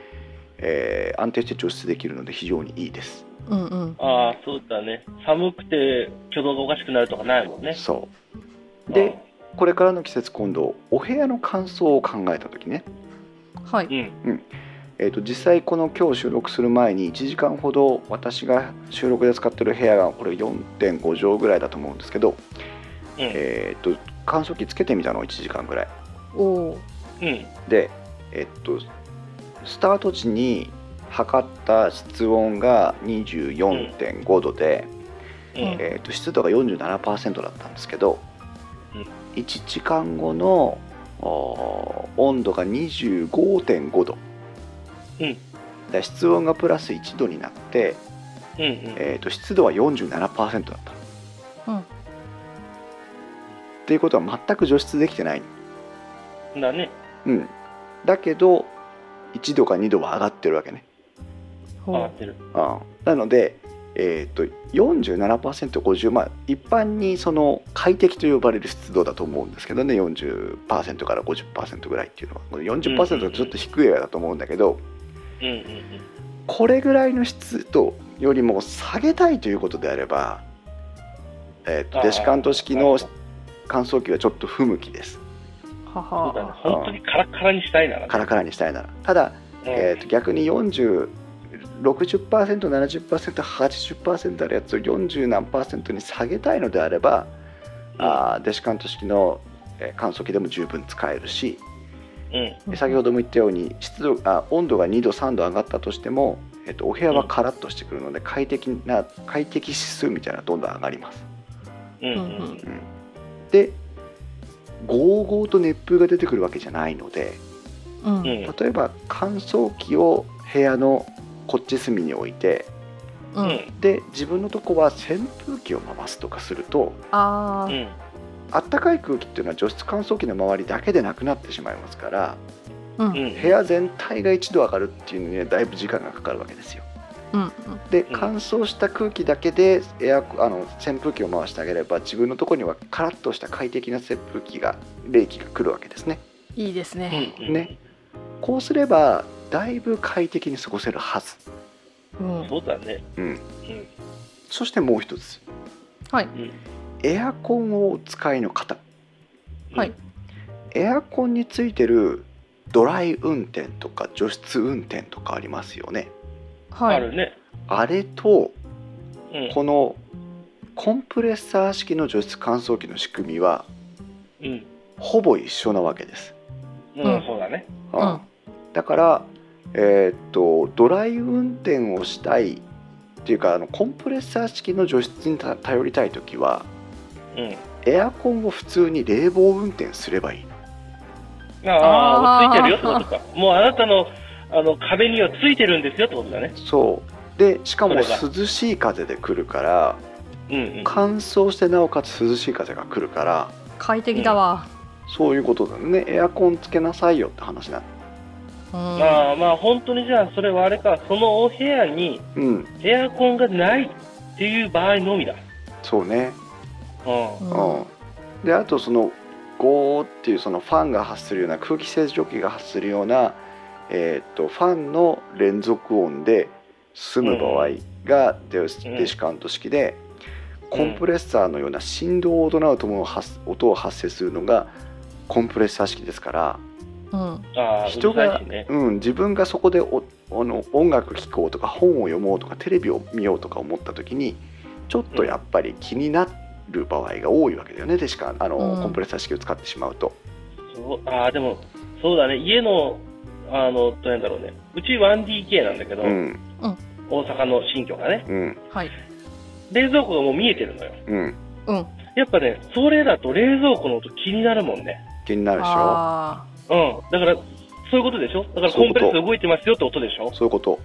A: えー安定して除湿できるので非常にいいです
C: ううんうん
B: ああ、そうだね。寒くて挙動がおかしくなるとかないもんね。
A: そうでこれからの季節今度お部屋の乾燥を考えた時ね
C: はい
B: うん、うん。
A: えー、と実際この今日収録する前に1時間ほど私が収録で使ってる部屋がこれ4.5畳ぐらいだと思うんですけど、
B: うん。
A: えー、と乾燥機つけてみたの1時間ぐらい
C: おお
B: うん。
A: で、えっとスタート時に測った室温が24.5度で、
B: うん
A: えー、と湿度が47%だったんですけど、
B: うん
A: 1時間後のおー温度が25.5度、
B: うん
A: で室温がプラス1度になって、
B: うんうん
A: えー、と湿度は47%だったの
C: うん
A: っていうことは全く除湿できてない、
B: だね。
A: うん、だけど1度か2度は上がってるわけね、
C: ほ
B: 上が
C: う
B: ってる。
A: うん、なので、えー、と 47%50 まあ一般にその快適と呼ばれる湿度だと思うんですけどね40%から50%ぐらいっていうのはこの40%はちょっと低いだと思うんだけど、
B: うんうん
A: これぐらいの湿度よりも下げたいということであれば、えー、と
B: あー
A: デシカント式
B: う
A: の
B: ん。そ
A: 乾燥機はちょっと不向きです
C: は
B: うだね。
C: は
B: 本当にカラッカラにしたいならね。
A: カラカラにしたいならただ、
B: うん
A: えー、と逆に40 60%70%80% あるやつを40何パーセントに下げたいのであれば、あーデシカント式のえー乾燥機でも十分使えるし、
B: うん。
C: あ。
A: 先ほども言ったように湿度あ温度が2度3度上がったとしても、えっと、お部屋はカラッとしてくるので快適な快適指数みたいなのがどんどん上がります
B: うん
C: うん
B: う
C: うんん。
A: でゴーゴーと熱風が出てくるわけじゃないので
C: うん。
B: うん
A: 例えば乾燥機を部屋のこっち隅に置いて
C: う
B: うん
C: ん。
A: で自分のとこは扇風機を回すとかすると
C: あ
B: う
C: あ。
B: ん
A: あったかい空気っていうのは除湿乾燥機の周りだけでなくなってしまいますから
C: うん。う。
B: うんん
A: 部屋全体が1度上がるっていうのにはだいぶ時間がかかるわけですよ
C: うん。
A: で
B: うん
A: 乾燥した空気だけでエアコンあの扇風機を回してあげれば自分のとこにはカラッとした快適な扇風機が冷気が来るわけですね
C: いいですね。
B: うんうん
A: ねこうすればだいぶ快適に過ごせるはず
C: うん。
B: そうだね。
A: うん
B: うん
A: そしてもう一つ
C: はい。
A: エアコンをお使いの方
C: はい。
A: エアコンについてるドライ運転とか除湿運転とかありますよね
C: は
B: あ
C: い。
B: るね。
A: あれと
B: うん
A: このコンプレッサー式の除湿乾燥機の仕組みは
B: うん。
A: ほぼ一緒なわけです
B: う。
C: うんん
B: そうだね。
C: うん
A: だから、えーっとドライ運転をしたいっていうかあのコンプレッサー式の除湿にた頼りたい時は
B: うん。
A: エアコンを普通に冷房運転すればいい
B: ああ、
C: あ
B: もうついて
C: ー
B: るよってことか。もうあなたの、あの、壁にはついてるんですよってことだね。
A: そうでしかも
B: それが
A: 涼しい風で来るから
B: うんうん。
A: 乾燥してなおかつ涼しい風が来るから
C: 快適だわ。
A: そういうことだねエアコンつけなさいよって話な
C: うん。
B: まあまあ、本当にじゃあ、それはあれか、そのお部屋に
A: うん
B: エアコンがないっていう場合のみだ。
A: そうね
B: うん。
A: うんであとそのゴーっていうそのファンが発するような空気清浄機が発するような、えー、とファンの連続音で済む場合がデ,、
B: うん
A: デシカント式で
B: うん
A: コンプレッサーのような振動を伴う音を発音を発生するのがコンプレッサー式ですから、
C: うん。
B: ああ、
A: 人が
B: うるさいしね。
A: うん、自分がそこでおあの音楽聴こうとか本を読もうとかテレビを見ようとか思った時にちょっとやっぱり気になる場合が多いわけだよねでしかあの、
C: うん
A: コンプレッサー式を使ってしまうと。
B: そうああ、でも、そうだね。家の、あの、どうなんだろうね。うち 1DK なんだけど、
A: うん
B: 大阪の新居がね。
A: うん
C: はい。
B: 冷蔵庫がもう見えてるのよ。
A: うん、
C: うん。
B: やっぱね、それだと冷蔵庫の音気になるもんね。
A: 気になるでしょ
C: あ
B: うん。だから、そういうことでしょだから
A: そう
B: コ
A: いう
B: ン
A: こと
B: プレッサー動いてますよって音でしょ
A: そういうこと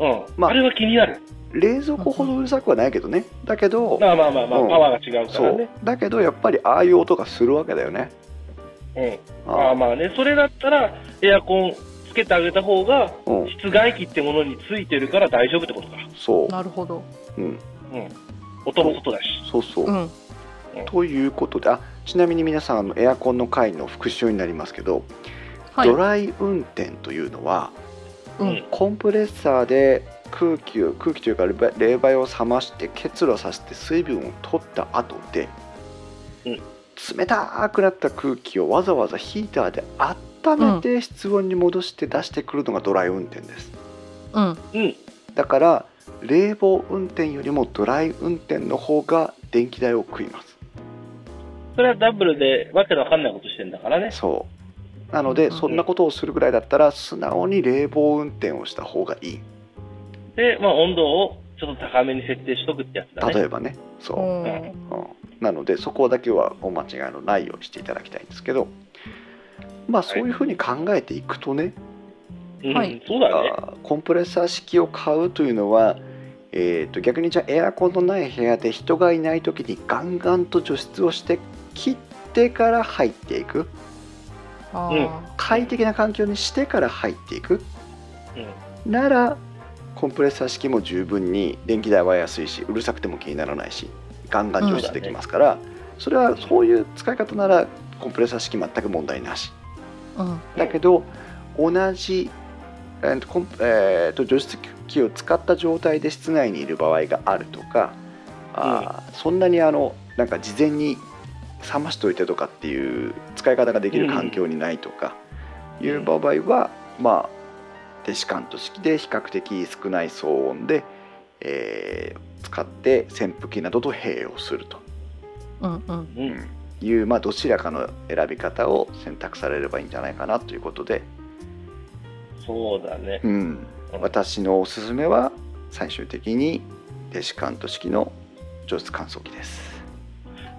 B: うん。
A: まあ
B: あれは気になる。
A: 冷蔵庫ほどうるさくはないけどねだけど
B: まあまあまあまあ、
A: うん
B: パワーが違うか
A: そ
B: ら
A: う
B: ね。
A: だけどやっぱりああいう音がするわけだよね
B: うん。まあ
A: あ
B: まあね、それだったら、エアコンつけてあげた方が、
A: あうん
B: 室外機ってものについてるから大丈夫ってことか。
A: そ
C: あ。なるほど。
A: う、うん、
B: うん。音も外だし。
A: そうそう、
C: うん。
A: ということであちなみに皆さんあのエアコンの回の復習になりますけど、
C: はい
A: ド。ライ運転というのは
C: うん。
A: コンプレッサーで空気を空気というか冷媒冷媒を冷まして結露させて水分を取った後で、
B: うん
A: 冷たくなった空気をわざわざヒーターで温めて室温に戻して出してくるのがドライ運転です
C: うん。
B: うん。
A: だから冷房運転よりもドライ運転の方が電気代を食います
B: それはダブルで、わけのわかんないことしてんだからね。
A: そうなの
C: う
A: で
C: んうんうん
A: そんなことをするぐらいだったら素直に冷房運転をした方がいい
B: で、まあ、温度をちょっと高めに設定しとくってやつだね。
A: 例えばねそう、
B: ん
A: うんなのでそこだけはお間違いのないようにしていただきたいんですけどまあそういうふうに考えていくとね、
B: うん、
C: はい
B: そうだね。
A: あーコンプレッサー式を買うというのは、えー、と逆にじゃあエアコンのない部屋で人がいない時にガンガンと除湿をして切ってから入っていく
D: あ
B: うん
D: ー
A: 快適な環境にしてから入っていく
B: うん
A: ならコンプレッサー式も十分に電気代は安いしうるさくても気にならないしガンガン除湿できますから、それはそういう使い方ならコンプレッサー式全く問題なし
D: うん
A: だけど同じ、えーとコンえーと除湿機を使った状態で室内にいる場合があるとかあー、そんなにあのなんか事前に冷ましておいてとかっていう使い方ができる環境にないとかいう場合は、まあデシカント式で比較的少ない騒音で、えー使って扇風機などと併用すると
D: うんうん
B: うん
A: いう、まあ、どちらかの選び方を選択されればいいんじゃないかなということで、
B: そうだね。
A: うん、私のおすすめは最終的にデシカント式の除湿乾燥機です。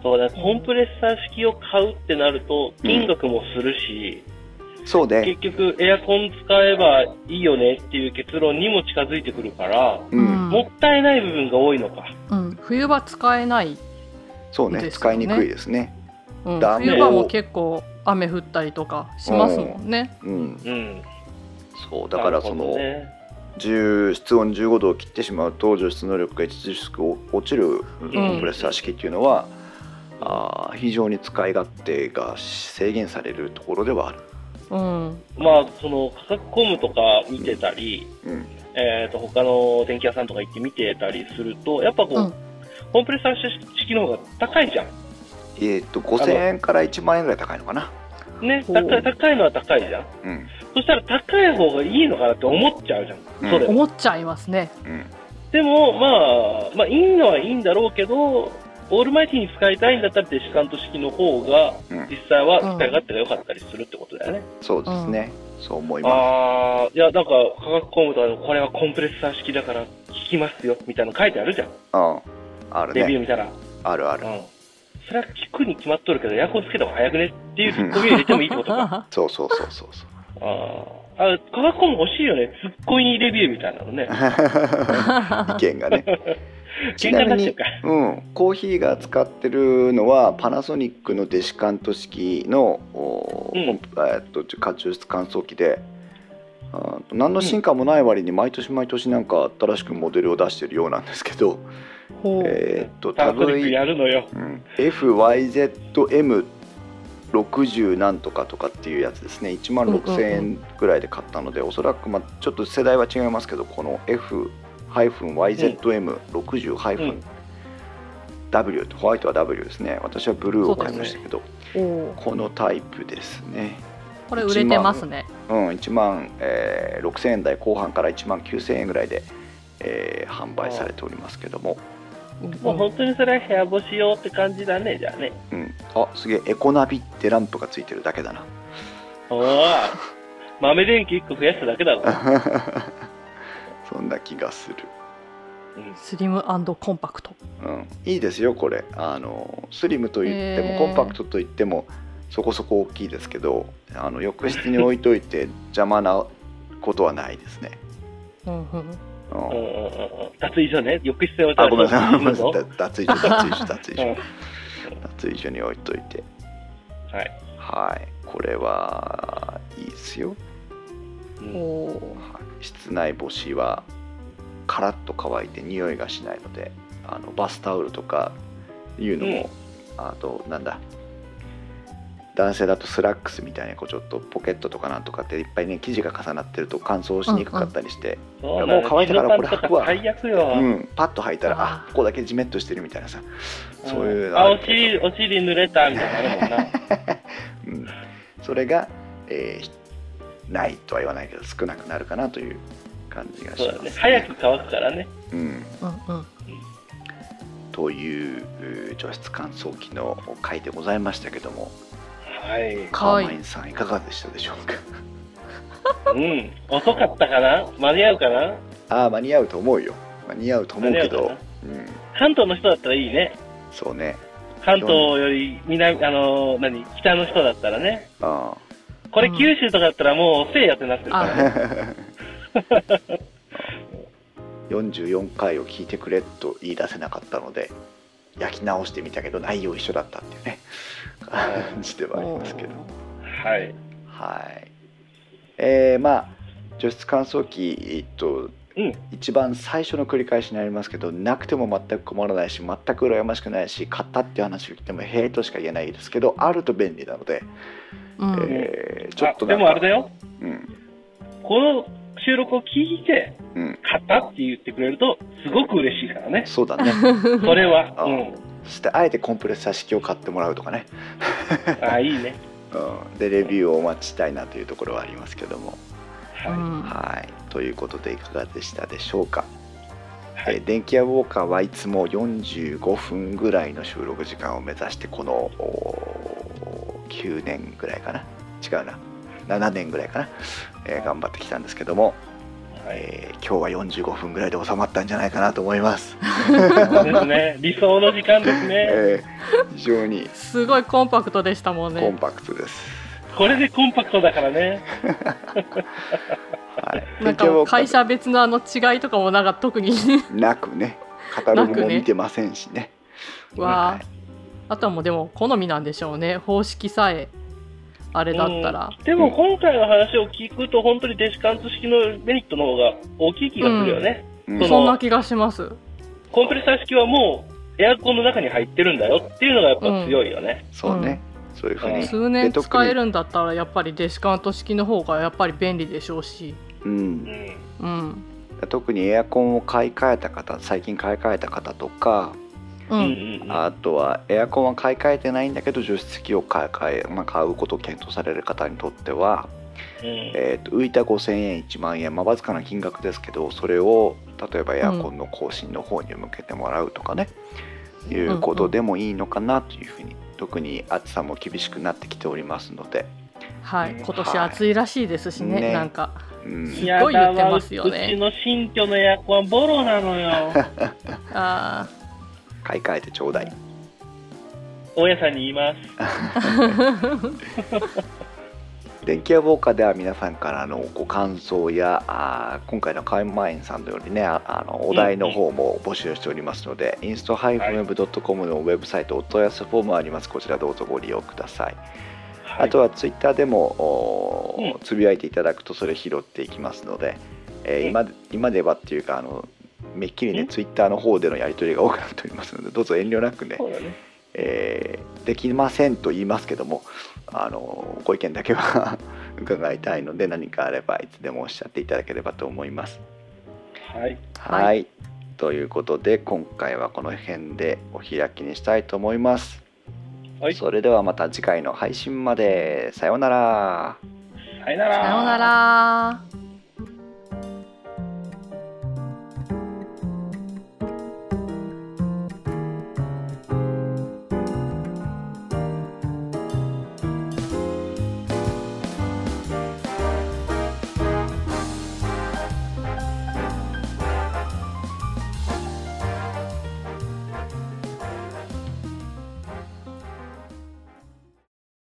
B: そうだね。コンプレッサー式を買うってなると、金額もするし、
A: そうね、
B: 結局エアコン使えばいいよねっていう結論にも近づいてくるから、
A: う、
D: うんん
B: もったいない部分が多いのか。
D: うん
C: 冬場使えない、
A: そうね
C: ですよね
A: 使いにくいですね。
C: うん
A: ダメ
C: 冬場も結構雨降ったりとかしますもんね、
A: うん、
B: うん。
A: そうだからそ
B: なるほ
A: の、
B: どね
A: 10室温15度を切ってしまうと除湿能力が著しく落ちるコンプレッサー式っていうのは、あー非常に使い勝手が制限されるところではある。
C: うん
B: まあ、その価格コムとか見てたり、
A: うん
B: えっ、と、他の電気屋さんとか行って見てたりすると、やっぱこう、
D: うん
B: コンプレッサー式の方が高いじゃん。
A: えっと5000円から1万円ぐらい高いのかな。
B: ね、
C: ほう
B: 高い、高いのは高いじゃん。
A: うん
B: そしたら高い方がいいのかなって思っちゃうじゃん。
A: うん
B: それは
C: 思っちゃいます ね
A: うん
B: でも、まあ、まあ、いいのはいいんだろうけど、オールマイティに使いたいんだったらデシカント式の方が、
A: うん
B: 実際は使い勝手が良かったりするってことだよね。
A: そうですね、そう思いま
B: ああ、いや、なんか、科学コムとかでもこれはコンプレッサー式だから効きますよ、みたいなの書いてあるじゃん。
A: す。うん、ある
B: レビュー
A: ね、
B: 見たら。
A: あるあ
B: う
A: る。
B: ん。それは効くに決まっとるけど、エアコンつけた方が早くねっていうツッコミを入れてもいいってことか。
A: そうそうそうそうそう。
B: あーあ、科学コム欲しいよね。ツッコミレビューみたいなのね。
A: 意見が ね。ち
B: 喧嘩
A: な
B: に
A: み
B: なっちゃ
A: に
B: うか。
A: うん、コーヒーが使ってるのはパナソニックのデシカント式の、お
B: うん
A: ポンプえーっと過抽出乾燥機であーと何の進化もない割に毎年毎年なんか新しくモデルを出してるようなんですけど、
C: ほう
A: えーっと
B: タ
A: タ
B: ーコ
A: グ
B: リック
A: イ、
B: やるのよ。
A: うん FYZM60 なんとかとかっていうやつですね1万6000円ぐらいで買ったので、おそらく、まあ、ちょっと世代は違いますけどこの F-YZM60-
B: うん。
A: W とホワイトは W ですね私はブルーを買いましたけど、
C: おう
A: このタイプですね
C: これ売れてますね
A: うん1万、えー6000円台後半から1万9000円ぐらいで、えー販売されておりますけども、
B: もう本当にそれは部屋干し用って感じだね、じゃあね。
A: うん、あすげえエコナビってランプがついてるだけだな
B: おー豆電気1個増やしただけだろ。
A: そんな気がする、
B: うん
C: スリムコンパクト
A: うん、いいですよこれあのスリムと言っても、
C: へー
A: コンパクトと言ってもそこそこ大きいですけどあの浴室に置いといて邪魔なことはないですね、
C: うんうん
A: うん
B: うんうんうんうん。脱衣所ね。浴室用
A: あ、ごめんなさい、ごめんな
B: 脱
A: さい、
B: 衣所
A: 脱脱衣所、脱衣所、脱 衣所
B: うん、
A: 脱衣所に置いといて、
B: はい。
A: はい、これはいいですよ。
B: うん
C: お
A: は
C: う
A: い室内干しはカラッと乾いて匂いがしないので、あのバスタオルとかいうのも、あとなんだ。男性だとスラックスみたいにこうちょっとポケットとかなんとかっていっぱいね生地が重なってると乾燥しにくかったりして、
B: そうなの
A: もう乾いたからこれ履くわ
B: ジーパンとか最悪よ。
A: うんパッと履いたらあここだけジメッとしてるみたいなさ、そういうの
B: あ、
A: る
B: お
A: けど
B: 尻、お尻濡れたみたいなのもんな。
A: うん、それが、えーないとは言わないけど少なくなるかなという感じがし
B: そう
A: ます
B: だ
A: ね
B: ね。早く乾くからね。
A: うん、
C: うんうん
A: といううー除湿乾燥機の回でございましたけども
B: はい。
A: カーマインさんいかがでしたでしょうか
B: うん。遅かったかな間に合うかな
A: ああ間に合うと思うよ間に合うと思うけど
B: 間に合う
A: うん
B: 関東の人だったらいいね。
A: そうね
B: 関東より南、あの、何、北の人だったらね。
A: あ
B: これ
C: うん
B: 九州とかだったらもうせいやってなってるか
A: あ
B: ら。
A: 44回を聞いてくれと言い出せなかったので焼き直してみたけど内容一緒だったっていうね感じではありますけど
B: はい。
A: はいえー、まあ除湿乾燥機、えっと
B: うん
A: 一番最初の繰り返しになりますけどなくても全く困らないし全く羨ましくないし買ったっていう話を聞いてもへえとしか言えないですけどあると便利なので、
D: うんうん
A: えーちょっと
B: あで
A: なんか
B: もあれだよ。
A: うん
B: この収録を聞いて、
A: うん
B: 買ったって言ってくれると、すごく嬉しいから ね。
A: そうだね
B: それは。
A: あ
B: うん。
A: そしてあえてコンプレッサー式を買ってもらうとかね、
B: ああ、いいね。
A: うん、でレビューをお待ちしたいなというところはありますけども
B: は
A: はいということでいかがでしたでしょうか
B: い。は
A: え
B: い。
A: ー電気屋ウォーカーはいつも45分ぐらいの収録時間を目指してこのおー9年ぐらいかな違うな7年ぐらいかな、えー頑張ってきたんですけども、
B: はい。
A: えー今日は45分ぐらいで収まったんじゃないかなと思い ます、
B: そうですね。理想の時間で すね。
A: えー非常に
C: すごいコンパクトでしたもん
A: コン
C: ね。
A: パクトです、
B: これでコンパクトだからね。
A: はい、
C: な
A: 電
C: ん
A: 気屋ウォーカ
C: か
A: ー
C: 会社別のあの違いとかもなんか特に
A: なくねカタログ
C: な
A: も
C: くね
A: 見てませんしね
C: わ
A: は
C: ああとはもうでも好みなんでしょうね方式さえあれだったら
B: うんでも今回の話を聞くと、本当にデシカンツ式のメリットの方が大きい気がするよね。
A: うん
B: その
C: そんな気がします
B: コンプレッサー式はもう、エアコンの中に入ってるんだよっていうのがやっぱ強いよね。
A: そうね、そういうふうに
C: 数
A: で
C: 年
A: 特に
C: 使えるんだったらやっぱりデシカント式の方がやっぱり便利でしょうし
A: うん
B: うん。
C: うん
A: 特にエアコンを買い替えた方最近買い替えた方とか
C: う
B: うんんうん。
A: あとはエアコンは買い替えてないんだけど除湿機を買い替え、まあ、買うことを検討される方にとっては、
B: うん
A: えーと浮いた5000円1万円、まあ、わずかな金額ですけどそれを例えばエアコンの更新の方に向けてもらうとかね、いうことでもいいのかなというふうに特に暑さも厳しくなってきておりますので、
C: はい今年暑いらしいですしね,、
A: ね
C: なんか
A: うん、
B: い
C: すっごい言ってますよね
B: やだわうちの新居のエアコンはボロな のよ。
C: あ
A: 買い替えてちょうだい。
B: 大家さんに言います。
A: 電気屋ウォーカーでは皆さんからのご感想やあー今回の会員さんのよりねああのお題の方も募集しておりますので、インスト -web.com のウェブサイトお問い合わせフォームありますこちらどうぞご利用ください、
B: は
A: あ
B: い
A: とはツイッターでもおー
B: うん
A: つぶやいていただくとそれ拾っていきますので、えー
B: うん
A: 今今ではっていうかあのめっきり
B: う
A: ね
B: ん
A: ツイッターの方でのやり取りが多くなっておりますのでどうぞ遠慮なくね
B: そうだね。
A: えーできませんと言いますけどもあのご意見だけは 伺いたいので何かあればいつでもおっしゃっていただければと思います。
B: はい。
A: はい、
C: はい
A: ということで今回はこの辺でお開きにしたいと思います。
B: はい。さ
A: それではまた次回の配信までさようなら。
B: よな
C: ー
B: ら
C: さようなら